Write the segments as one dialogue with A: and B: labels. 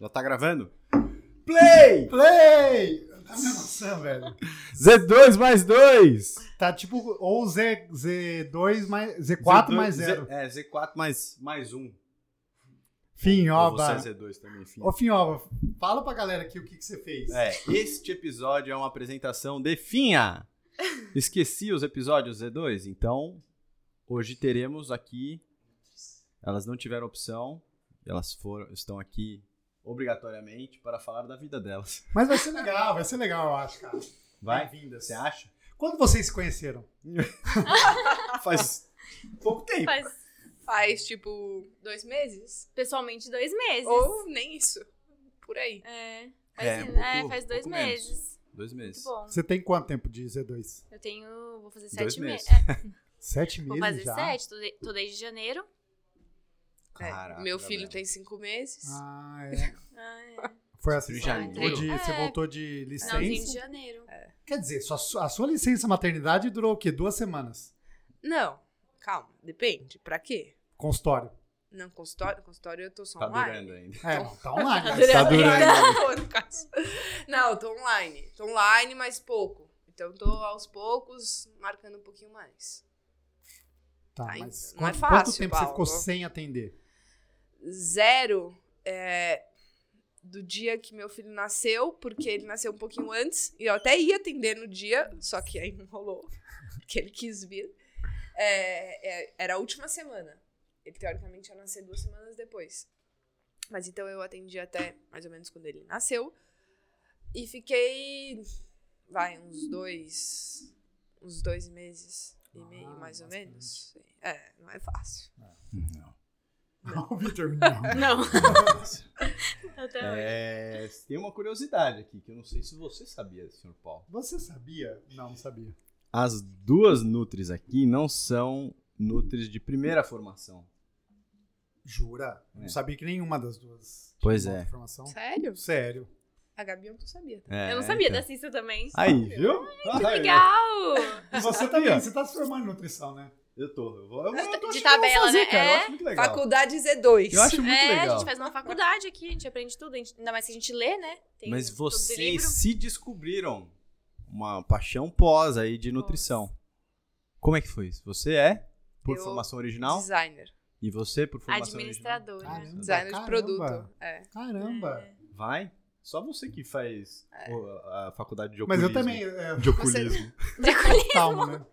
A: Já tá gravando? Play!
B: Play! Tá minha maçã, velho.
A: Z2 mais 2!
B: Tá tipo, ou Z, Z2 mais. Z4 mais 0.
A: É, Z4 mais, mais 1.
B: Finhova.
A: Você é Z2 também, enfim.
B: Ô, Finhova, fala pra galera aqui o que, que você fez.
A: É, este episódio é uma apresentação de Finha! Esqueci os episódios Z2, então hoje teremos aqui. Elas não tiveram opção, elas foram, estão aqui obrigatoriamente para falar da vida delas.
B: Mas vai ser legal, vai ser legal, eu acho, cara.
A: Vai?
B: Bem-vindas.
A: Você acha?
B: Quando vocês se conheceram?
A: Faz pouco tempo.
C: Faz,
D: Faz, tipo,
C: dois meses? Pessoalmente, dois meses.
D: ou nem isso. Por aí.
C: É,
A: É,
C: faz,
A: um pouco-
C: é, faz dois
A: pouco menos.
C: meses.
A: Dois meses.
C: Muito bom.
B: Você tem quanto tempo de Z2?
C: Eu tenho. Vou fazer
A: Dois
C: sete meses.
A: meses.
B: Sete
C: vou
B: meses
C: fazer
B: já?
C: sete, tô, de- tô desde janeiro.
D: É,
A: Caraca,
D: meu filho
A: velho.
D: tem cinco meses.
B: Ah, é.
C: Ah, é.
B: Foi assim.
A: Em
B: Você
A: janeiro.
B: voltou de, você
C: É.
B: voltou de
C: Finalzinho de
B: licença?
C: janeiro.
B: Quer dizer, sua, a sua licença maternidade durou o quê? Duas semanas?
D: Não, calma, depende. Pra quê?
B: Consultório.
D: Não, consultório, consultório eu tô só
A: Tá
D: online.
A: durando ainda.
B: É, não, tá online. né?
A: Tá durando.
D: Não, no caso. Não, eu tô online. Tô online, mas pouco. Então tô aos poucos marcando um pouquinho mais.
B: Tá,
D: Ai,
B: mas
D: não é
B: quanto,
D: fácil,
B: quanto tempo você
D: Paulo.
B: ficou sem atender?
D: Zero é, do dia que meu filho nasceu, porque ele nasceu um pouquinho antes. E eu até ia atender no dia, só que aí não rolou, porque ele quis vir. É, é, era a última semana. Ele, teoricamente, ia nascer duas semanas depois. Mas então eu atendi até mais ou menos quando ele nasceu. E fiquei, vai, uns dois, uns dois meses e
B: Ah,
D: meio, mais ou
B: bastante.
D: menos. É, não é fácil.
B: Não, Vitor, não.
C: Não. Até hoje.
A: É, tem uma curiosidade aqui que eu não sei se você sabia, senhor Paulo.
B: Você sabia? Não, não sabia.
A: As duas Nutris aqui não são Nutris de primeira formação.
B: Jura?
A: É.
B: Não sabia que nenhuma das duas. tinha
A: Pois
B: outra
A: é.
B: Informação.
D: Sério?
B: Sério.
D: A Gabi eu não sabia. Tá?
A: É,
C: Eu não sabia
A: então.
C: da Cissa também.
A: Aí, viu? Ah, aí,
C: Legal!
B: E você também, você tá se formando em nutrição, né?
A: Eu tô. Eu, vou, eu, eu tô achando que
C: De
A: eu vou
C: tabela,
A: fazer,
C: né?
A: cara. Eu
C: É.
A: acho muito legal.
D: Faculdade Z2.
A: Eu acho muito
C: é, a
A: legal.
C: gente faz uma faculdade aqui, a gente aprende tudo. a gente- ainda mais que a gente lê, né? Tem
A: Mas
C: tudo de livro.
A: vocês se descobriram uma paixão pós aí de nutrição. Como é que foi isso? Você é por
D: Eu-
A: formação original
D: Designer.
A: e você por formação original. Tá.
C: Administradora.
B: Caramba.
D: Designer de
B: Caramba.
D: produto. É.
B: Caramba.
A: Vai? Só você que faz
D: É.
A: o- a faculdade de
B: Mas
A: oculismo.
B: eu também. É,
A: De oculismo.
B: sou oftalmo, né?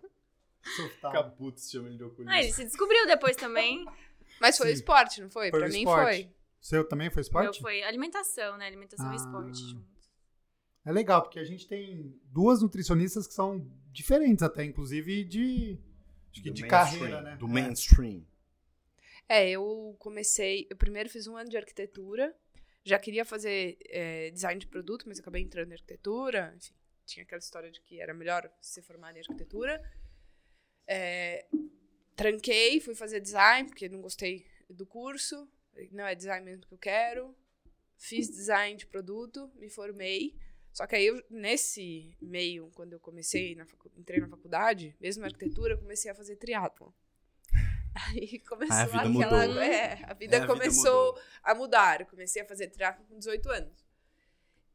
B: Sou oftalmo.
A: Caputz chama ele de oculismo.
C: Ah, ele se descobriu depois também.
D: Mas foi o
B: Sim.
D: esporte, não foi?
B: Foi
D: pra
B: o
D: mim
B: esporte.
D: foi.
B: Seu também foi
C: O Meu
B: esporte?
C: foi alimentação, né? Alimentação
B: Ah.
C: e esporte juntos.
B: É legal, porque a gente tem duas nutricionistas que são diferentes até, inclusive de, acho que
A: Do
B: de
A: mainstream,
B: carreira, né?
A: Do
B: É.
A: mainstream.
D: É, eu comecei. Eu primeiro fiz um ano de arquitetura. Já queria fazer é, design de produto, mas acabei entrando em arquitetura. Enfim, tinha aquela história de que era melhor ser formada em arquitetura. É, tranquei, fui fazer design, porque não gostei do curso. Falei, Não é design mesmo que eu quero. Fiz design de produto, me formei. Só que aí, eu, nesse meio, quando eu comecei, na facu- entrei na faculdade, mesmo na arquitetura, eu comecei a fazer triatlon. Aí começou
A: Ah, a vida
D: aquela.
A: mudou.
D: É, a
A: É,
D: vida
A: a vida
D: começou
A: mudou.
D: a mudar. Eu comecei a fazer triatlon com 18 anos.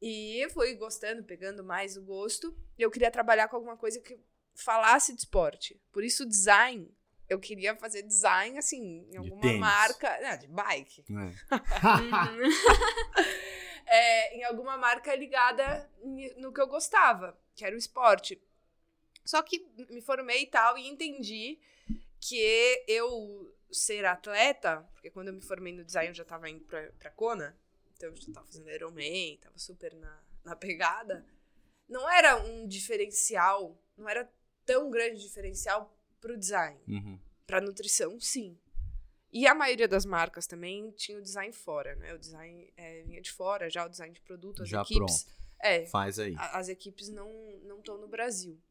D: E eu fui gostando, pegando mais o gosto. E eu queria trabalhar com alguma coisa que falasse de esporte. Por isso, design. Eu queria fazer design, assim, em alguma
A: tênis.
D: marca. Não, de bike.
A: É.
C: Uhum.
D: é, em alguma marca ligada ni- no que eu gostava, que era o esporte. Só que me formei e tal e entendi que eu ser atleta, porque quando eu me formei no design eu já tava indo pra, pra Kona, então eu já tava fazendo Ironman, tava super na, na pegada, não era um diferencial, não era tão grande diferencial pro design.
A: Uhum.
D: Pra nutrição, sim. E a maioria das marcas também tinha o design fora, né? O design é, vinha de fora, já o design de produto, as
A: Já
D: equipes. É,
A: Faz aí.
D: a- as equipes não não estão no Brasil.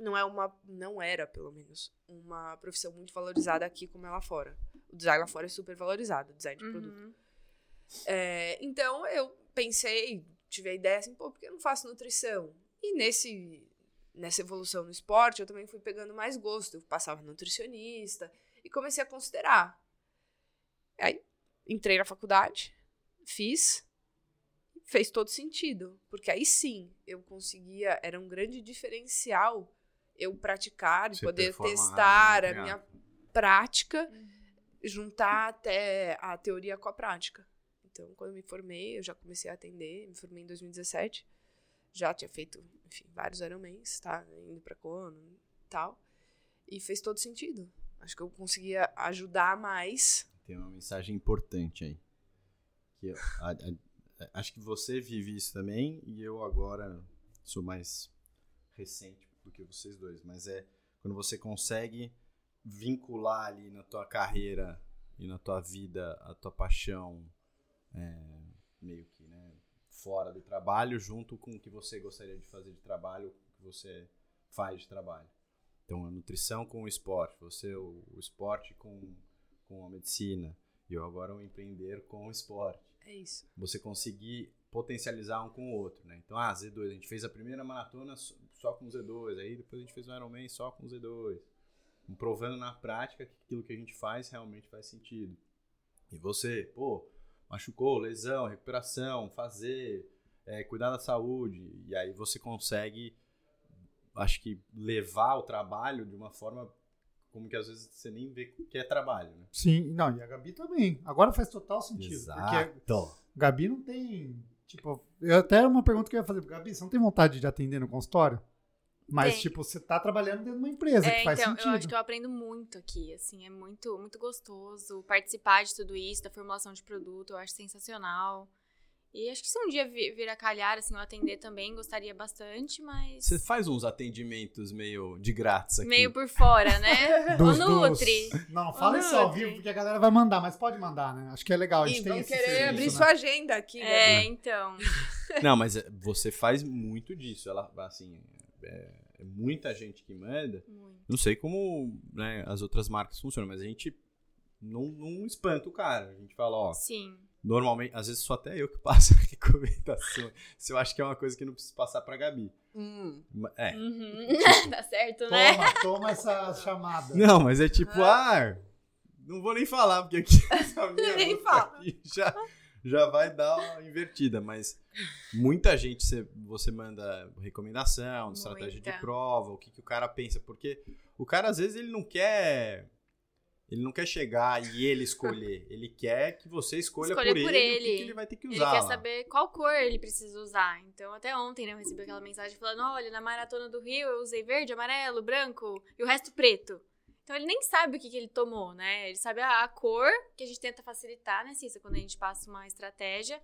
D: Não é uma não era, pelo menos, uma profissão muito valorizada aqui como é lá fora. O design lá fora é super valorizado, o design de produto.
C: Uhum.
D: É, então eu pensei, tive a ideia assim, pô, por que eu não faço nutrição? E nesse, nessa evolução no esporte, eu também fui pegando mais gosto. Eu passava nutricionista e comecei a considerar. Aí entrei na faculdade, fiz, fez todo sentido. Porque aí sim, eu conseguia, era um grande diferencial eu praticar e
A: Você
D: poder
A: performar,
D: testar
A: né?
B: É.
D: a minha prática,
C: Uhum.
D: juntar até a teoria com a prática. Então, quando eu me formei, eu já comecei a atender, me formei em 2017. Já tinha feito, enfim, vários Ironmans, tá? Indo pra Kono e tal. E fez todo sentido. Acho que eu conseguia ajudar mais.
A: Tem uma mensagem importante aí. Que eu- a- a- a- acho que você vive isso também, e eu agora sou mais recente do que vocês dois, mas é quando você consegue vincular ali na tua carreira e na tua vida a tua paixão é, meio que né, fora do trabalho junto com o que você gostaria de fazer de trabalho, o que você faz de trabalho. Então a nutrição com o esporte, você o, o esporte com com a medicina e eu agora o empreender com o esporte.
D: É isso.
A: Você conseguir potencializar um com o outro, né? Então, ah, Z2, a gente fez a primeira maratona só- só com Z2, aí depois a gente fez o Ironman só com Z2. Provando na prática que aquilo que a gente faz realmente faz sentido. E você, pô, machucou, lesão, recuperação, fazer, é, cuidar da saúde. E aí você consegue, acho que, levar o trabalho de uma forma como que às vezes você nem vê que é trabalho, né?
B: Sim, não, e a Gabi também. Agora faz total sentido. Porque
A: Exato.
B: a Gabi não tem. Tipo, eu até uma pergunta que eu ia fazer. Gabi, você não tem vontade de atender no consultório? Mas,
C: Tem.
B: tipo, você tá trabalhando dentro de uma empresa que faz
C: então,
B: sentido.
C: eu acho que eu aprendo muito aqui, assim, é muito, muito gostoso participar de tudo isso, da formulação de produto, eu acho sensacional. E acho que se um dia vi- vir a calhar, assim, eu atender também, gostaria bastante, mas
B: tá
A: Você faz uns atendimentos meio de grátis aqui.
C: meio por fora, né?
B: Dos-
C: Ô,
B: dos-
C: Nutri,
B: Não, fala isso ao
C: Nutri.
B: vivo, porque a galera vai mandar, mas pode mandar, né? Acho que é legal. A gente
D: E
B: tem
D: vão
B: esse
D: querer
B: serviço,
D: abrir
B: né?
D: sua agenda aqui, né? Gabi.
C: É, então.
A: Não, mas é, você faz muito disso. Ela, assim, é, é muita gente que manda.
C: Muito.
A: Não sei como né, as outras marcas funcionam, mas a gente não, não espanta o cara. A gente fala, ó,
C: Sim.
A: normalmente, às vezes sou até eu que passo a recomendação. Se eu acho que é uma coisa que não preciso passar pra Gabi.
D: Hum.
A: Ma- É.
C: Uhum. tá certo, né?
B: Toma, toma essa chamada.
A: Não, mas é tipo, ah, não vou nem falar, porque aqui essa minha
D: Nem
A: boca
D: fala.
A: aqui já, já vai dar uma invertida, mas muita gente você, você manda recomendação, estratégia de
C: Muita.
A: prova, o que, que o cara pensa, porque o cara às vezes ele não quer. Ele não quer chegar e ele escolher. Ele quer que você escolha
C: Escolha
A: por, ele,
C: por
A: o que,
C: ele.
A: que ele vai ter que
C: Ele
A: usar.
C: quer
A: lá.
C: saber qual cor ele precisa usar. Então, até ontem, né, eu recebi aquela mensagem falando: olha, na maratona do Rio eu usei verde, amarelo, branco e o resto preto. Então, ele nem sabe o que, que ele tomou, né? Ele sabe a, a cor que a gente tenta facilitar, né, Cissa, quando a gente passa uma estratégia,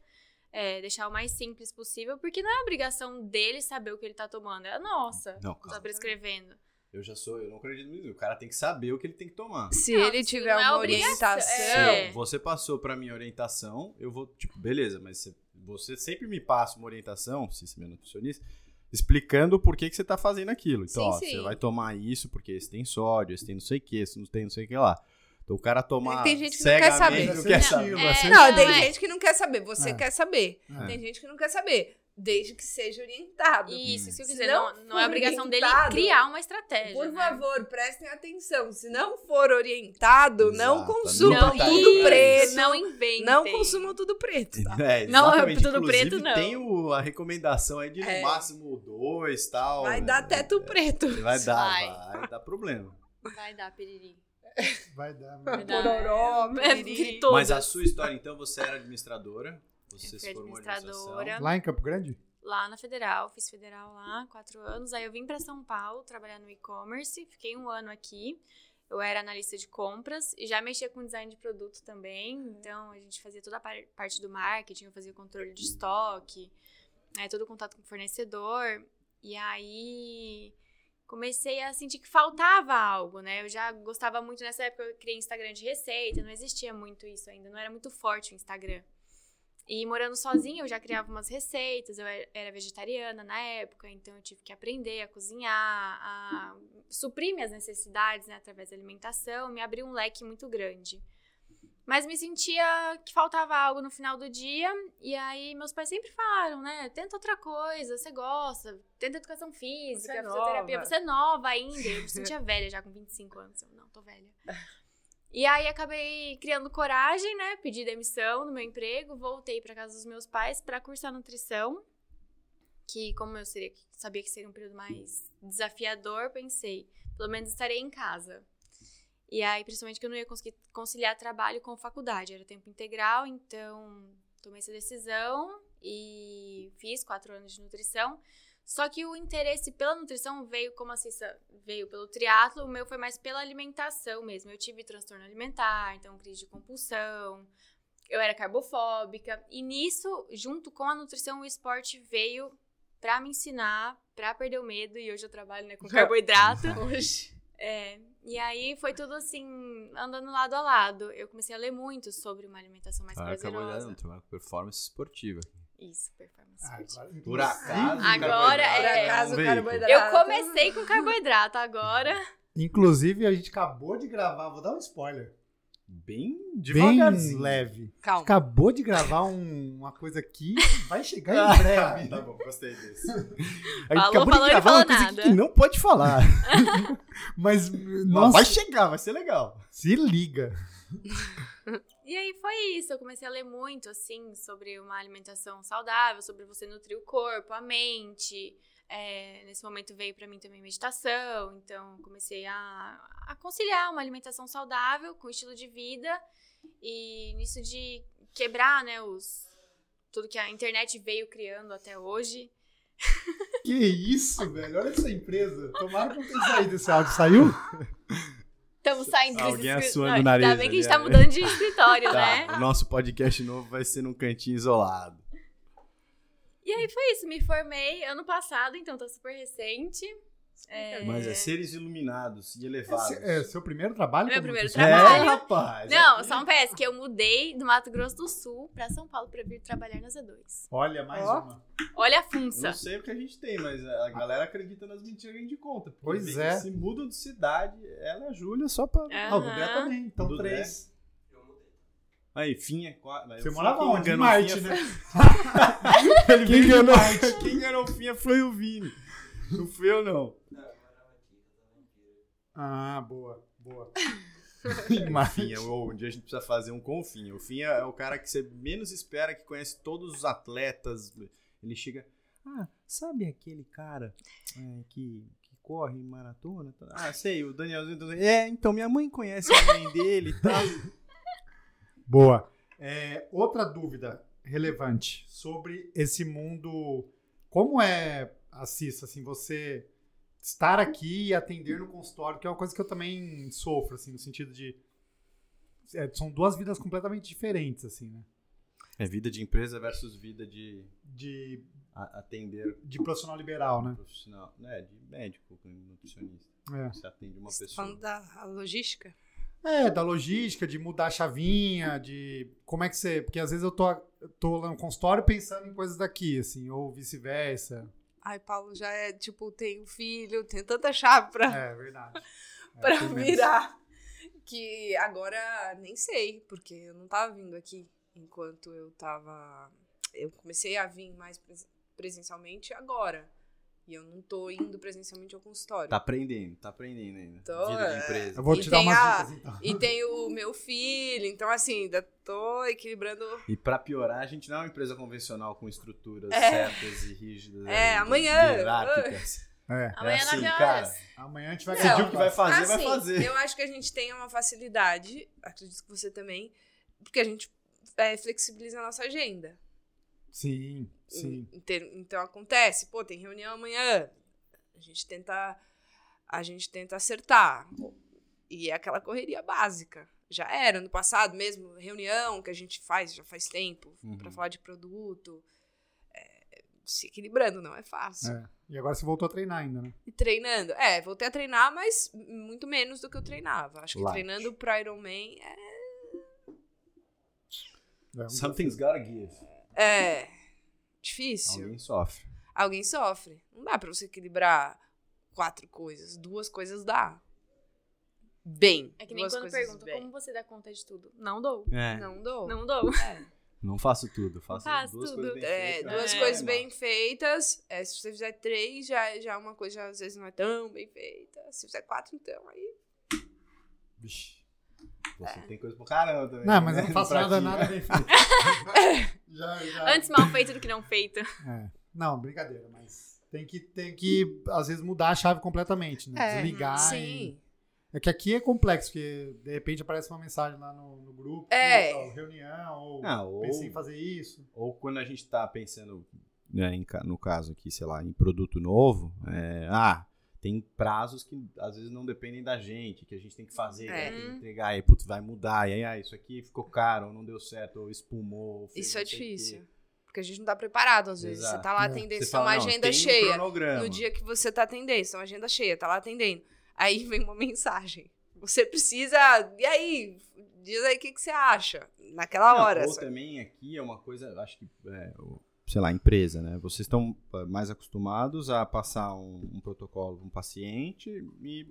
C: é, deixar o mais simples possível, porque não é obrigação dele saber o que ele tá tomando, é a nossa.
A: Não,
C: Tá
A: calma.
C: prescrevendo.
A: Eu já sou, eu não acredito nisso. O cara tem que saber o que ele tem que tomar.
D: Se
C: Não,
D: ele
C: se
D: tiver
C: não é
D: uma
C: obrigação,
D: orientação.
A: Se
C: É.
A: eu- Então, você passou pra mim a orientação, eu vou, tipo, beleza, mas você, você sempre me passa uma orientação, se você é meu nutricionista, explicando por que, que você tá fazendo aquilo. Então,
D: Sim,
A: ó,
D: sim.
A: você vai tomar isso porque esse tem sódio, esse tem não sei o que, esse não tem não sei o que lá. Então o cara tomar
D: Tem gente que não quer
A: cegamente,
B: saber.
A: não
C: né?
A: quer
B: Não,
A: saber.
B: é-
A: Você-
D: Não,
C: Não,
D: tem
C: é.
D: gente que não quer saber. Você
B: É.
D: quer saber.
A: É.
D: Tem gente que não quer saber. Desde que seja orientado.
C: Isso, isso que eu
D: Se
C: quiser.
D: não
C: Não, não é
D: for
C: obrigação dele
D: orientado,
C: criar uma estratégia.
D: Por
C: né?
D: favor, prestem atenção. Se não for orientado, não
A: Exato.
D: consumam
A: Não,
D: tudo
A: isso.
D: preto.
C: Não
D: Não,
C: inventem.
D: consumam tudo preto, tá?
A: É,
C: Não,
A: exatamente.
C: tudo preto,
A: Inclusive,
C: não.
A: Tem o- a recomendação aí de
D: É.
A: no máximo dois tal. né?
D: Vai dar teto preto.
A: É. Vai dar,
C: Vai.
A: vai, vai dar problema.
C: Vai dar, piriri.
B: Vai dar, né? mano.
C: Vai dar.
D: Ah, Pororó,
C: É
D: piriri.
C: Todas.
A: Mas a sua história, então, você era administradora. Você
C: Eu
A: se
C: fui
A: formou em
C: administradora.
B: Lá em Campo Grande?
C: Lá na Federal, fiz Federal lá, quatro anos. Aí eu vim pra São Paulo trabalhar no e-commerce, fiquei um ano aqui. Eu era analista de compras e já mexia com design de produto também. Então a gente fazia toda a par- parte do marketing, eu fazia controle de estoque, né, todo o contato com o fornecedor. E aí comecei a sentir que faltava algo, né? Eu já gostava muito nessa época, eu criei Instagram de receita, não existia muito isso ainda, não era muito forte o Instagram. E morando sozinha, eu já criava umas receitas, eu era- era vegetariana na época, então eu tive que aprender a cozinhar, a suprir minhas necessidades né, através da alimentação, me abriu um leque muito grande. Mas me sentia que faltava algo no final do dia, e aí meus pais sempre falaram, né? Tenta outra coisa, você gosta, tenta educação física,
D: Você é
C: fisioterapia,
D: nova."
C: você é nova ainda. Eu me sentia velha já com 25 anos, eu não, tô velha. E aí acabei criando coragem, né? Pedi demissão do meu emprego, voltei para casa dos meus pais para cursar nutrição, que como eu seria- sabia que seria um período mais desafiador, pensei, pelo menos estarei em casa. E aí, principalmente que eu não ia conseguir conciliar trabalho com faculdade, era tempo integral, então tomei essa decisão e fiz quatro anos de nutrição. Só que o interesse pela nutrição veio como a Cissa veio pelo triatlo, o meu foi mais pela alimentação mesmo. Eu tive transtorno alimentar, então crise de compulsão, eu era carbofóbica. E nisso, junto com a nutrição, o esporte veio pra me ensinar, pra perder o medo, e hoje eu trabalho né, com carboidrato.
D: Hoje.
C: É, e aí foi tudo assim, andando lado a lado. Eu comecei a ler muito sobre uma alimentação mais
A: Caraca,
C: prazerosa.
A: olhando, trabalho com performance esportiva.
C: Isso, performance.
B: Ah,
C: esportiva.
B: agora-
A: Por acaso,
C: Agora
A: carboidrato
C: é.
A: um
D: acaso,
A: veículo.
D: carboidrato.
C: Eu comecei com carboidrato, agora
B: Inclusive, a gente acabou de gravar, vou dar um spoiler.
A: Bem
B: Bem
A: devagarzinho.
B: leve.
D: Calma.
B: Acabou de gravar um- uma coisa que vai chegar em breve.
A: tá bom, gostei desse.
B: A gente
C: Falou,
B: acabou
C: falou
B: de
C: e
B: gravar
C: falou
B: uma coisa
C: nada.
B: que não pode falar. Mas, nossa,
A: Vai chegar, vai ser legal.
B: se liga.
C: E aí foi isso, eu comecei a ler muito, assim, sobre uma alimentação saudável, sobre você nutrir o corpo, a mente. É, nesse momento veio pra mim também meditação, então comecei a, a conciliar uma alimentação saudável com estilo de vida e nisso de quebrar, né, os tudo que a internet veio criando até hoje.
B: Que isso, velho. Olha essa empresa. Tomara que não tenha saído esse áudio. Saiu?
C: Estamos saindo desse
A: Alguém
C: escri-
A: assoando
C: Não,
A: o nariz
C: Ainda bem que a gente
A: ali,
C: tá
A: né?
C: mudando de escritório, né?
A: Tá, o nosso podcast novo vai ser num cantinho isolado.
C: E aí foi isso, me formei ano passado, então tá super recente.
A: Mas é seres iluminados e elevados.
B: Esse é seu primeiro trabalho?
C: Meu
B: como
C: primeiro
B: nutricionista?
A: É,
C: trabalho.
A: rapaz.
D: é-
C: Não, só um PS, que eu mudei do Mato Grosso do Sul pra São Paulo pra vir trabalhar na Z2.
B: Olha, mais
D: Ó.
B: uma.
C: Olha a
A: Eu
C: funça.
A: não sei o que a gente tem, mas a galera acredita nas mentiras que a gente conta. porque
B: Pois
A: eles
B: é.
A: Se mudam de cidade, ela e a Júlia só pra.
B: Ah, o Dudé
C: Aham.
B: também. Então,
A: Dudé.
B: três.
A: Aí, fim é quatro.
B: Você morava onde? Em
A: Enganou
B: Marte,
A: Finha
B: né?
A: foi- Ele
B: Quem
A: veio de
B: enganou?
A: Marte. Quem enganou Finha foi o Vini. Não fui eu, não.
B: Ah, boa, boa. Em Marte.
A: Finha, ou um dia a gente precisa fazer um com o Finha. O Finha é o cara que você menos espera, que conhece todos os atletas. Ele chega. Ah, sabe aquele cara é, que, que corre maratona? Ah, sei, o Danielzinho. do- É, então minha mãe conhece a mãe dele e tal.
B: Boa. É, outra dúvida relevante sobre esse mundo. Como é, Assis, assim, você estar aqui e atender no consultório, que é uma coisa que eu também sofro, assim, no sentido de. é, são duas vidas completamente diferentes, assim, né?
A: É vida de empresa versus vida de
B: De,
A: a- atender
B: de profissional liberal, né?
A: profissional, né? De médico, com nutricionista.
B: É.
A: Você atende uma
D: Você tá
A: pessoa.
D: falando da logística?
B: É, da logística, de mudar a chavinha, de como é que você. Porque às vezes eu tô, eu tô lá no consultório pensando em coisas daqui, assim, ou vice-versa.
D: Ai, Paulo, já é, tipo, tem um filho, tem tanta chave pra,
B: É, verdade. É,
D: Ah. pra
B: tem mesmo.
D: virar. Que agora nem sei, porque eu não tava vindo aqui enquanto eu tava. Eu comecei a vir mais pres- presencialmente agora. E eu não tô indo presencialmente ao consultório.
A: Tá aprendendo, tá aprendendo ainda.
D: Tô,
A: vida de
D: é.
A: empresa.
B: Eu vou
D: E
B: te dar
D: tem
B: umas
D: a-
B: dicas, então.
D: E tem o meu filho, então assim, ainda tô equilibrando.
A: E pra piorar, a gente não é uma empresa convencional com estruturas
D: É.
A: certas e rígidas.
D: É,
A: e
D: amanhã.
A: Hierárquicas.
B: É.
C: Amanhã
A: é assim,
C: nove
A: cara.
C: horas.
B: Amanhã a gente vai
D: Não.
A: Decidiu o que vai fazer, vai
D: Assim,
A: fazer.
D: Eu acho que a gente tem uma facilidade, acredito que você também, porque a gente é, flexibiliza a nossa agenda.
B: Sim, sim.
D: Em- em ter- Então acontece, pô, tem reunião amanhã. A gente tenta a gente tenta acertar. E é aquela correria básica. Já era no passado mesmo, reunião que a gente faz já faz tempo
A: Uhum.
D: pra falar de produto. É, se equilibrando não é fácil.
B: É. E agora você voltou a treinar ainda, né?
D: E treinando, é, voltei a treinar, mas muito menos do que eu treinava. Acho que
A: Light.
D: treinando pro Iron Man é,
B: É, um-
A: Something's gotta give.
D: é difícil.
A: Alguém sofre.
D: alguém sofre. Não dá pra você equilibrar quatro coisas. Duas coisas dá. Bem.
C: É que nem
D: duas
C: quando
D: coisas
C: perguntam
D: bem.
C: como você dá conta de tudo. Não dou.
A: É. Não,
D: Não dou.
C: Não dou.
A: faço tudo, faço,
C: Faço
A: duas
C: tudo.
A: coisas bem né?
D: É,
A: feitas.
D: duas
C: É.
D: coisas bem feitas. É, se você fizer três, já, já é uma coisa já, às vezes não é tão bem feita. Se fizer quatro, então, aí.
A: Vixe. Você tem coisa pra caramba também.
B: Não, mas
A: né?
B: eu não faço
A: Pra
B: nada,
A: ti.
B: nada bem feito. já, já.
C: Antes mal feito do que não feito.
B: É. Não, brincadeira, mas tem que, tem que, às vezes, mudar a chave completamente, né?
D: É,
B: Desligar. e-
D: Sim.
B: É que aqui é complexo, porque de repente aparece uma mensagem lá no, no grupo,
D: É.
B: ou, reunião, ou
A: Ah, ou,
B: pensei em fazer isso.
A: ou quando a gente tá pensando, né, em ca- no caso aqui, sei lá, em produto novo, é, ah, tem prazos que às vezes não dependem da gente, que a gente tem que fazer, que
D: É.
A: tem que entregar, e putz, vai mudar, e aí ah, isso aqui ficou caro, ou não deu certo, ou espumou. ou fez
D: Isso é
A: não sei o quê.
D: difícil. Porque a gente não tá preparado, às vezes.
A: Exato.
D: Você tá
B: Não.
D: lá atendendo,
A: Você
D: você
A: fala,
D: tem
A: não,
D: uma agenda
A: tem um
D: cheia.
A: cronograma.
D: no dia que você tá atendendo, você tem uma agenda cheia, tá lá atendendo. Aí vem uma mensagem. Você precisa. E aí? Diz aí o que, que você acha. Naquela
A: Não,
D: hora. assim.
A: Ou
D: só-
A: também aqui é uma coisa, acho que, é, o- sei lá, empresa, né? Vocês estão eh, mais acostumados a passar um, um protocolo para um paciente e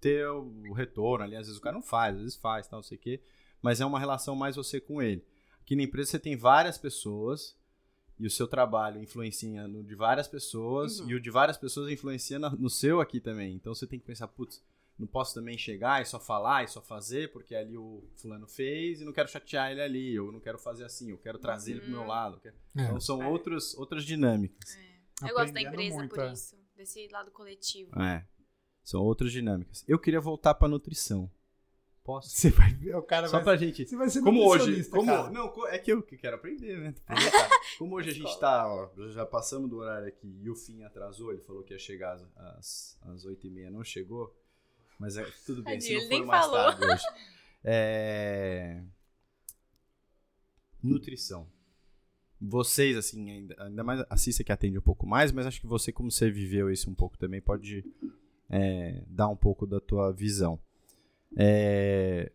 A: ter o, o retorno ali. Às vezes o cara não faz, às vezes faz, tal, não sei o quê. Mas é uma relação mais você com ele. Aqui na empresa você tem várias pessoas e o seu trabalho influencia no de várias pessoas
D: Uhum.
A: e o de várias pessoas influencia na- no seu aqui também. Então você tem que pensar, putz, não posso também chegar e só falar e só fazer, porque é ali o fulano fez e não quero chatear ele ali, eu não quero fazer assim, eu quero trazer ele pro meu
C: Uhum.
A: lado. eu quero-
B: É.
A: Então são outros, outras dinâmicas.
C: Eu gosto da
B: Aprendendo
C: empresa
B: muito,
C: por
B: é.
C: isso, desse lado coletivo.
A: É. São outras dinâmicas. Eu queria voltar pra nutrição. Posso?
B: Você vai ver, o cara
A: Só
B: vai,
A: pra gente.
B: você vai ser
C: é
A: Como hoje.
B: nutricionista,
A: Como,
B: cara.
A: não, co- é que eu que quero aprender, né? Aproveitar. Como hoje a gente tá, ó, já passamos do horário aqui e o Fim atrasou, ele falou que ia chegar às- às, às 8h30, não chegou. Mas é, tudo bem, se não
C: Tadinho, ele
A: for
C: nem
A: mais
C: falou.
A: tarde hoje. É... Nutrição. Vocês, assim, ainda, ainda mais a Cissa que atende um pouco mais, mas acho que você, como você viveu isso um pouco também, pode é, dar um pouco da tua visão. É,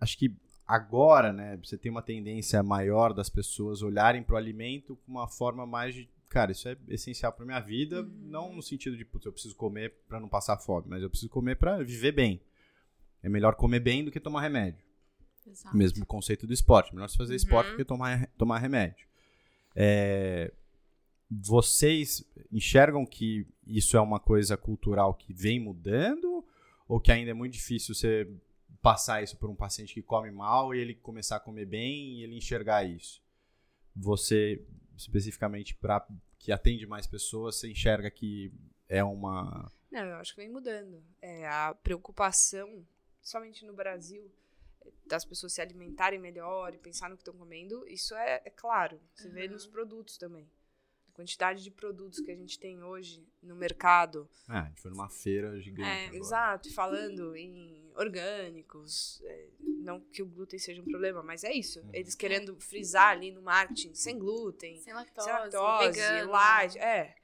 A: acho que agora, né, você tem uma tendência maior das pessoas olharem para o alimento com uma forma mais de, cara, isso é essencial para minha vida, não no sentido de, putz, eu preciso comer para não passar fome, mas eu preciso comer para viver bem. É melhor comer bem do que tomar remédio.
C: Exato.
A: O Mesmo conceito do esporte. Melhor se fazer esporte
C: Uhum.
A: do que tomar, tomar remédio. É, vocês enxergam que isso é uma coisa cultural que vem mudando? Ou que ainda é muito difícil você passar isso para um paciente que come mal e ele começar a comer bem e ele enxergar isso? Você, especificamente para que atende mais pessoas, você enxerga que é uma.
D: Não, eu acho que vem mudando. É, a preocupação, somente no Brasil, das pessoas se alimentarem melhor e pensar no que estão comendo, isso é, é claro. Você vê
C: Uhum.
D: nos produtos também. A quantidade de produtos que a gente tem hoje no mercado,
A: Ah, a gente foi numa feira gigante.
C: É,
A: agora.
D: Exato, falando em orgânicos, é, não que o glúten seja um problema, mas é isso.
A: Uhum.
D: Eles querendo frisar ali no marketing, sem glúten,
C: Sem lactose,
D: sem lactose,
C: vegano.
D: light, é.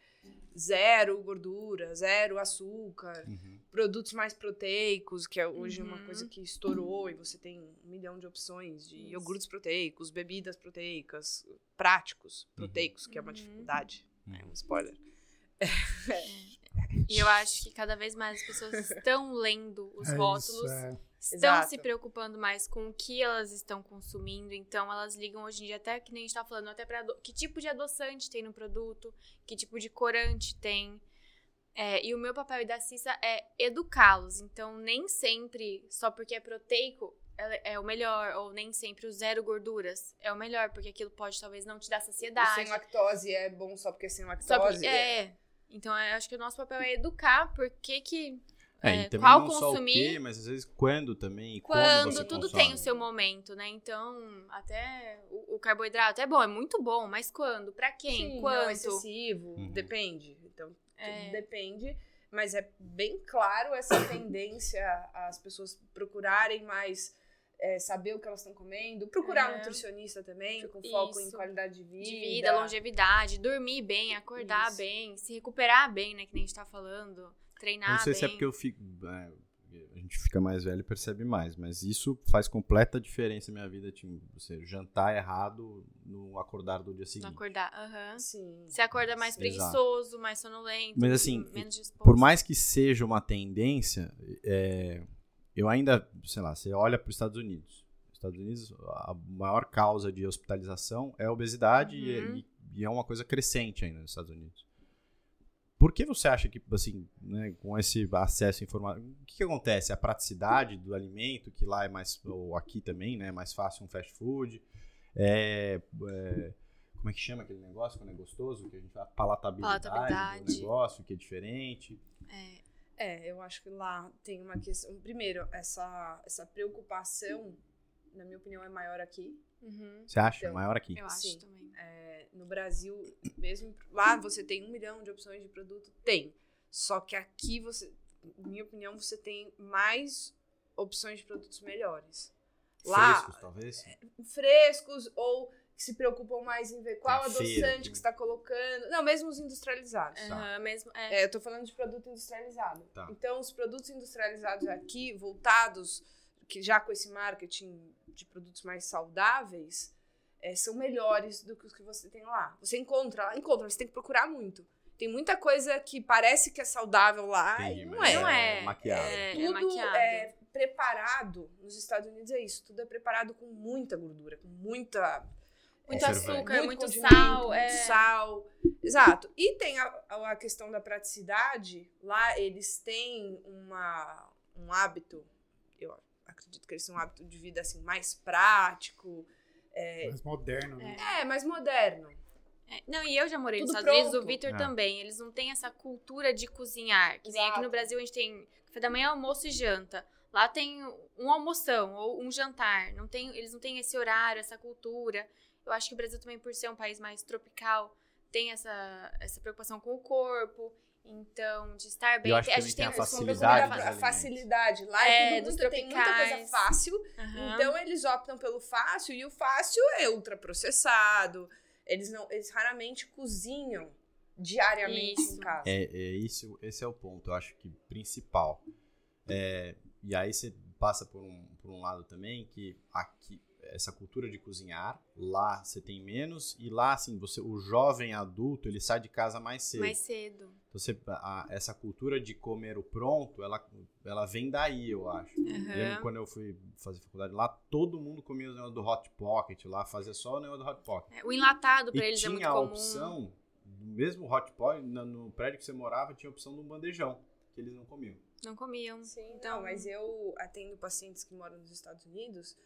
D: Zero gordura, zero açúcar,
A: Uhum.
D: produtos mais proteicos, que é hoje uma
C: Uhum.
D: coisa que estourou e você tem um milhão de opções de
C: Isso.
D: iogurtes proteicos, bebidas proteicas, práticos proteicos, que é uma
C: Uhum.
D: dificuldade. É um spoiler.
C: E eu acho que cada vez mais as pessoas estão lendo os
B: É isso,
C: rótulos,
B: é.
C: estão se
D: Exato.
C: preocupando mais com o que elas estão consumindo, então elas ligam hoje em dia até que nem a gente tá falando, até para que tipo de adoçante tem no produto, que tipo de corante tem. É, e o meu papel e da Cissa é educá-los, então nem sempre só porque é proteico é, é o melhor, ou nem sempre o zero gorduras é o melhor, porque aquilo pode talvez não te dar
D: O
C: saciedade.
D: Sem lactose é bom só porque é sem lactose.
C: Só porque, é. Então, eu acho que o nosso papel é educar por que que...
A: É,
C: é,
A: e também
C: qual
A: não só o
C: consumir,
A: quê, mas às vezes quando também, e como você
C: quando, tudo
A: consome.
C: tem um o seu momento, né? Então, até o, o carboidrato é bom, é muito bom, mas quando? Pra quem?
D: Sim, não é
C: Quanto?
D: excessivo,
A: Uhum.
D: depende. Então,
C: É.
D: depende. Mas é bem claro essa tendência às pessoas procurarem mais é, saber o que elas estão comendo, procurar
C: É.
D: um nutricionista também, com foco em
C: Isso.
D: qualidade de vida.
C: de vida, longevidade, dormir bem, acordar
D: Isso.
C: bem, se recuperar bem, né? Que nem a gente tá falando, treinar
A: Não sei
C: bem.
A: se é porque eu fico. é, a gente fica mais velho e percebe mais, mas isso faz completa diferença na minha vida. Tipo, você jantar errado no acordar do dia seguinte.
C: Não acordar, aham.
D: Sim.
C: Você acorda mais
A: Exato.
C: preguiçoso, mais sonolento,
A: Mas, assim,
C: menos disposto.
A: Por mais que seja uma tendência, é, eu ainda, sei lá, você olha para os Estados Unidos. Os Estados Unidos, a maior causa de hospitalização é a obesidade e-
C: Uhum.
A: e, e é uma coisa crescente ainda nos Estados Unidos. Por que você acha que, assim, né, com esse acesso à informação, o que, que acontece? A praticidade do alimento, que lá é mais, ou aqui também, né, é mais fácil um fast food, é, é, como é que chama aquele negócio quando é gostoso? Que a gente fala palatabilidade, do
C: Palatabilidade.
A: negócio, que é diferente.
C: É,
D: É, eu acho que lá tem uma questão. Primeiro, essa, essa preocupação, na minha opinião, é maior aqui.
C: uhum,
A: Você acha?
D: Então,
A: Maior aqui.
C: eu acho
D: Sim.
C: também.
D: É, no Brasil, mesmo lá você tem um milhão de opções de produto, tem. Só que aqui você, na minha opinião, você tem mais opções de produtos melhores. Lá,
A: Frescos, talvez?
C: é
D: frescos ou que se preocupam mais em ver qual
A: Na
D: adoçante
A: feira, né?
D: que está colocando. Não, mesmo os industrializados.
C: Aham, mesmo, é,
D: É, eu tô falando de produto industrializado.
A: Tá.
D: Então, os produtos industrializados aqui, voltados, que já com esse marketing de produtos mais saudáveis, é, são melhores do que os que você tem lá. Você encontra lá, encontra, mas você tem que procurar muito. Tem muita coisa que parece que é saudável lá
A: Entendi,
D: e não
A: mas
D: é.
C: não é.
A: maquiado.
C: É, é
D: Tudo
C: maquiado.
D: é, preparado, nos Estados Unidos é isso, tudo é preparado com muita gordura, com muita
C: Muito
A: Conservante.
C: açúcar, muito,
D: condimento,
C: sal.
D: muito
C: É,
D: sal. Exato. E tem a, a questão da praticidade. Lá eles têm uma, um hábito, eu acredito que eles têm um hábito de vida assim mais prático,
B: Mais moderno, né?
D: é, mais moderno.
C: é. Não, e eu já morei nos
D: Tudo
C: Estados Unidos, o
D: pronto.
C: Vitor
A: É.
C: também. Eles não têm essa cultura de cozinhar. Que nem aqui no
D: Exato.
C: Brasil a gente tem café da manhã, almoço e janta. Lá tem um almoção ou um jantar. Não tem, eles não têm esse horário, essa cultura. Eu acho que o Brasil também, por ser um país mais tropical, tem essa, essa preocupação com o corpo. Então, de estar bem.
A: Eu acho que
C: a
A: também
C: gente
A: tem
C: tem
A: a
C: um
A: facilidade né,
D: a,
A: dos
D: a
A: alimentos.
D: facilidade lá
C: É,
D: é, tudo
C: dos
D: muito, tem muita coisa
C: tropicais.
D: fácil.
C: Aham.
D: Então eles optam pelo fácil e o fácil é ultraprocessado. Eles não, eles raramente cozinham diariamente
C: Isso.
D: em casa.
A: É, é isso, esse é o ponto, eu acho que principal. É, e aí você passa por um, por um lado também que aqui essa cultura de cozinhar, lá você tem menos e lá assim, você o jovem adulto, ele sai de casa mais cedo.
C: mais cedo.
A: Então, você, a- essa cultura de comer o pronto, ela ela vem daí, eu acho. Eu lembro
C: Aham.
A: quando eu fui fazer faculdade lá, todo mundo comia os negócios do Hot Pocket lá, fazia só o negócio do Hot Pocket.
C: É, O enlatado pra
A: E
C: eles é
A: tinha
C: muito
A: a
C: comum.
A: opção, mesmo o hot pot, na- no prédio que você morava, tinha a opção de um bandejão, que eles não comiam.
C: Não comiam.
D: Sim, então, mas eu atendo pacientes que moram nos Estados Unidos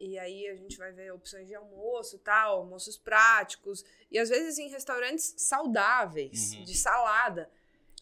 D: e aí a gente vai ver opções de almoço, tal, almoços práticos e às vezes em restaurantes saudáveis,
A: Uhum.
D: de salada.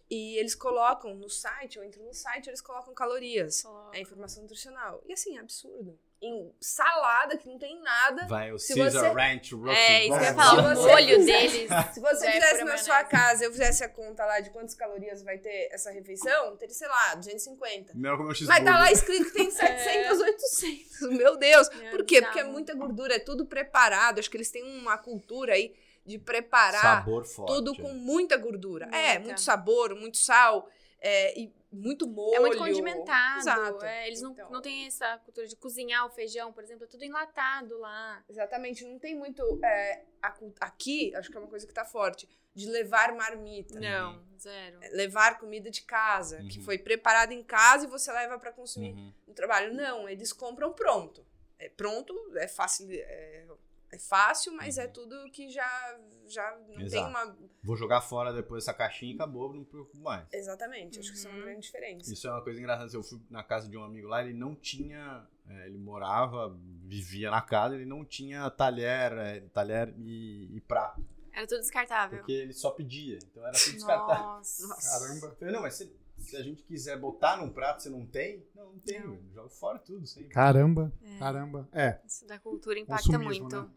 D: E eles colocam no site, eu entro no site, eles colocam calorias,
C: Só-
D: é informação nutricional. E assim, é absurdo. Em salada que não tem nada.
A: Vai o
D: Se
A: Caesar
D: você-
A: Ranch Ruffin
C: É, isso que eu ia
A: Brown.
C: falar.
D: Se
C: O
D: você
C: molho
D: fizer-
C: deles.
D: Se você
C: Já é
D: fizesse
C: pura
D: na
C: maionese.
D: sua casa, eu fizesse a conta lá de quantas calorias vai ter essa refeição, teria, sei lá, 250.
A: Melhor comer um
D: Mas tá lá
A: cheeseburger.
D: escrito que tem 700, 800. Meu Deus.
C: É. Meu
D: Por quê?
C: Deus.
D: Porque é muita gordura, é tudo preparado. Acho que eles têm uma cultura aí de preparar
A: Sabor forte. é.
D: tudo com muita gordura. É,
C: Muita.
D: muito sabor, muito sal é, e muito molho.
C: É muito condimentado.
D: Exato.
C: é, eles não,
D: Então,
C: não têm essa cultura de cozinhar o feijão, por exemplo. É tudo enlatado lá.
D: Exatamente, não tem muito. é, a cu- aqui, acho que é uma coisa que tá forte, de levar marmita.
C: Não, Uhum. zero.
D: É, Levar comida de casa, que
A: Uhum.
D: foi preparada em casa e você leva pra consumir
A: Uhum.
D: no trabalho. Não, eles compram pronto. É pronto, é fácil, é, é fácil, mas é tudo que já, já não tem
A: Uhum. Exato.
D: uma.
A: Vou jogar fora depois essa caixinha e acabou, não me preocupo mais.
D: Exatamente, acho que isso é uma
C: Uhum.
D: grande diferença.
A: Isso é uma coisa engraçada. Eu fui na casa de um amigo lá, ele não tinha. é, ele morava, vivia na casa, ele não tinha talher, é, talher e, e prato.
C: Era tudo descartável.
A: Porque ele só pedia. Então era tudo descartável.
C: Ah.
D: É.
C: Nossa.
B: Caramba.
A: Eu falei, não, mas se, se a gente quiser botar num prato, você não tem? Não, não tem,
C: Não.
A: velho. Joga fora tudo sempre.
B: Caramba,
C: É.
B: caramba. É,
C: Isso da cultura impacta
B: consumismo,
C: muito.
B: né?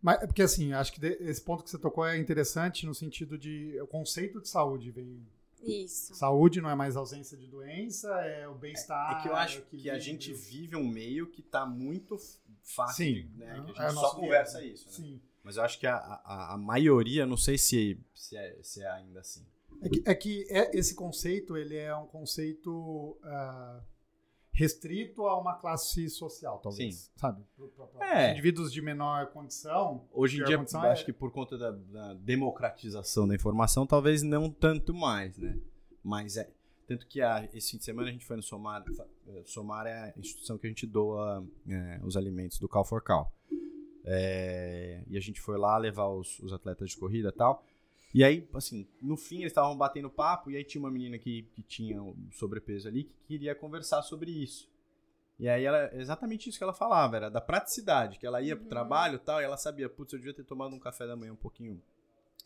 B: Mas é porque assim, acho que de- esse ponto que você tocou é interessante no sentido de o conceito de saúde vem.
C: Isso.
B: Saúde não é mais ausência de doença, é o bem-estar.
A: É que eu acho que a
B: equilíbrio.
A: gente vive um meio que tá muito f- fácil,
B: Sim,
A: né? Que a gente
B: é o
A: só
B: nosso
A: conversa isso, né?
B: Sim.
A: Mas eu acho que a, a, a maioria, não sei se, se, é, se é ainda assim.
B: É que, é que é- esse conceito ele é um conceito ah, restrito a uma classe social, talvez.
A: Sim.
B: Sabe? Pro- pro- pro-
A: É.
B: Indivíduos de menor condição.
A: Hoje em
B: Pior
A: dia,
B: condição
A: eu acho
B: é-
A: que por conta da, da democratização da informação, talvez não tanto mais, né? Mas é. Tanto que a, esse fim de semana a gente foi no Somar. fa- eh, Somar é a instituição que a gente doa eh, os alimentos do Cal for Cal. É, e a gente foi lá levar os, os atletas de corrida e tal. E aí, assim, no fim eles estavam batendo papo e aí tinha uma menina que, que tinha um sobrepeso ali que queria conversar sobre isso. E aí ela, exatamente isso que ela falava, era da praticidade, que ela ia pro
C: Uhum.
A: trabalho e tal, e ela sabia, putz, eu devia ter tomado um café da manhã um pouquinho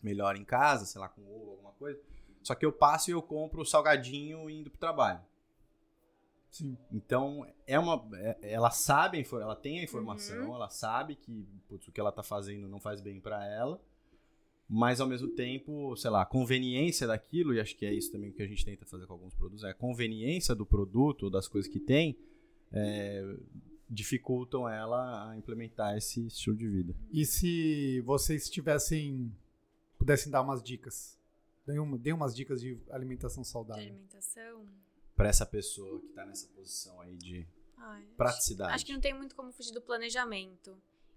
A: melhor em casa, sei lá, com ovo, alguma coisa. Só que eu passo e eu compro o salgadinho indo pro trabalho.
B: Sim.
A: Então, é uma, é- ela sabe, a infor- ela tem a informação,
D: Uhum.
A: ela sabe que putz, o que ela tá fazendo não faz bem para ela, mas ao mesmo tempo, sei lá, a conveniência daquilo, e acho que é isso também que a gente tenta fazer com alguns produtos, é a conveniência do produto ou das coisas que tem, é, dificultam ela a implementar esse estilo de vida.
B: E se vocês tivessem. pudessem dar umas dicas? Dê, uma, dê umas dicas de alimentação
C: de
B: saudável.
C: alimentação.
A: Para essa pessoa que tá nessa posição aí de
C: Ai, acho-
A: praticidade.
C: Acho que não tem muito como fugir do planejamento.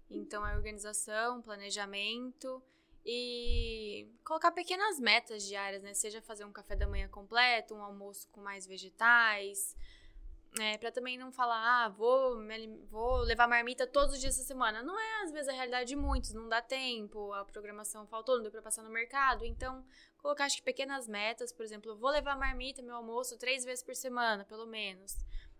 C: Então é organização, planejamento e colocar pequenas metas diárias, né? Seja fazer um café da manhã completo, um almoço com mais vegetais. É, para também não falar, ah, vou, me alim- vou levar marmita todos os dias essa semana. Não é, às vezes, a realidade de muitos, não dá tempo, a programação faltou, não deu pra passar no mercado. Então, colocar, acho que pequenas metas, por exemplo, eu vou levar marmita, meu almoço, três vezes por semana, pelo menos.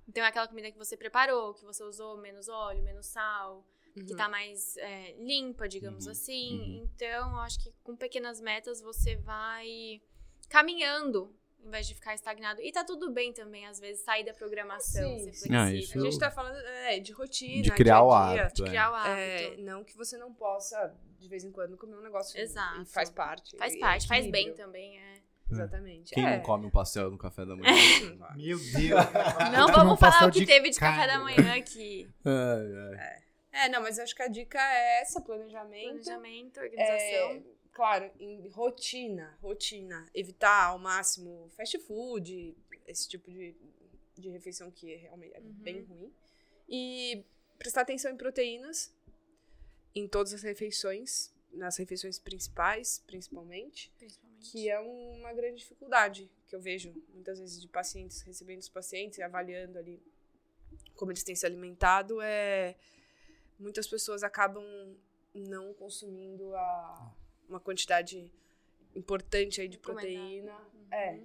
C: Então é aquela comida que você preparou, que você usou menos óleo, menos sal, que tá mais é, limpa, digamos
A: Uhum,
C: assim.
A: uhum.
C: Então, eu acho que com pequenas metas você vai caminhando, em vez de ficar estagnado. E tá tudo bem também, às vezes, sair da programação,
D: Sim,
C: ser
D: sim.
C: flexível.
A: Ah,
D: A
A: isso-
D: gente tá falando é, de rotina,
A: de criar o
D: dia a dia.
A: hábito. é.
C: Criar o
D: É,
C: hábito.
D: não que você não possa, de vez em quando, comer um negócio.
C: Exato.
D: E faz parte.
C: Faz
D: e
C: parte, faz bem
D: equilíbrio.
C: também, é.
D: Exatamente.
A: Quem
D: é.
A: não come um pastel no café da manhã?
D: Não come.
B: Meu Deus!
C: Não
B: Tu
C: vamos falar
B: passou
C: o que teve de café da
B: cara.
C: manhã aqui.
A: Ai, ai.
D: É, não, mas eu acho que a dica é essa: planejamento.
C: Planejamento, organização.
D: É, claro, em rotina, rotina. Evitar ao máximo fast food, esse tipo de, de refeição que realmente é
C: Uhum.
D: bem ruim. E prestar atenção em proteínas, em todas as refeições, nas refeições principais, principalmente.
C: Principalmente.
D: que é uma grande dificuldade que eu vejo muitas vezes de pacientes recebendo os pacientes e avaliando ali como eles têm se alimentado é muitas pessoas acabam não consumindo a, uma quantidade importante aí de
C: Recomendada.
D: proteína
C: Uhum.
D: é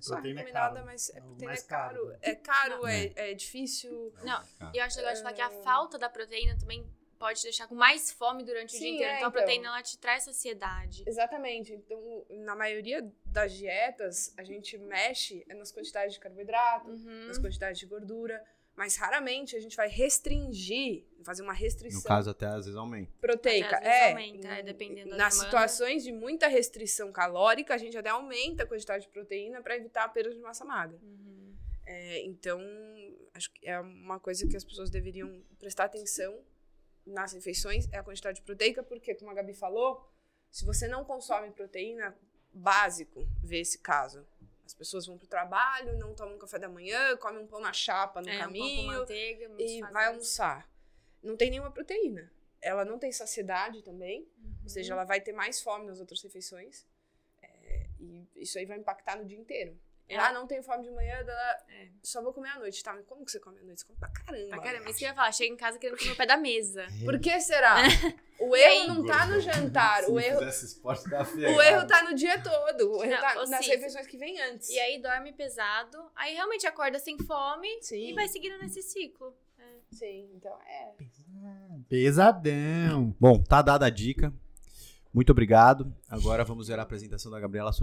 D: só
B: Proteína é
D: recomendada
B: caro.
D: mas é
B: É o
D: proteína é
B: mais
D: caro,
B: caro.
D: é caro é, é difícil
C: Não,
A: Ah.
C: E eu acho legal de falar que a
D: É.
C: falta da proteína também pode te deixar com mais fome durante o dia
D: Sim,
C: inteiro.
D: é,
C: então, a
D: então.
C: proteína ela te traz saciedade.
D: Exatamente. Então, na maioria das dietas, a gente mexe nas quantidades de carboidrato,
C: Uhum.
D: nas quantidades de gordura, mas raramente a gente vai restringir, fazer uma restrição
A: No caso, até às vezes aumenta.
C: Até
D: proteica.
C: às vezes
D: é,
C: aumenta, é, dependendo da
D: Nas
C: demanda.
D: situações de muita restrição calórica, a gente até aumenta a quantidade de proteína para evitar a perda de massa magra.
C: Uhum.
D: É, então, acho que é uma coisa que as pessoas deveriam prestar atenção nas refeições, é a quantidade de proteica, porque, como a Gabi falou, se você não consome proteína, básico ver esse caso. As pessoas vão pro trabalho, não tomam café da manhã, comem um pão na chapa no
C: É, um pão com
D: caminho,
C: manteiga, muitos
D: e
C: fazem
D: vai
C: isso.
D: almoçar. Não tem nenhuma proteína. Ela não tem saciedade também,
C: Uhum.
D: ou seja, ela vai ter mais fome nas outras refeições. É, e isso aí vai impactar no dia inteiro.
C: É.
D: Ah, não tenho fome de manhã, ela,
C: É.
D: só vou comer à noite. Tá, mas como que você come à noite? Você come pra caramba.
C: Pra caramba, isso é que eu ia falar. Chega em casa querendo comer o pé da mesa.
D: Por que será? O erro não tá no jantar,
A: Se
D: o
A: não é
D: erro,
A: fizesse esporte, tava
D: o erro tá no dia todo, o erro
C: Não,
D: tá
C: ou
D: nas
C: seja,
D: refeições que vem antes.
C: E aí dorme pesado, aí realmente acorda sem fome
D: Sim,
C: e vai seguindo nesse ciclo.
D: sim, então é.
B: Pesadão!
A: Bom, tá dada a dica. Muito obrigado. Agora vamos ver a apresentação da Gabriela sobre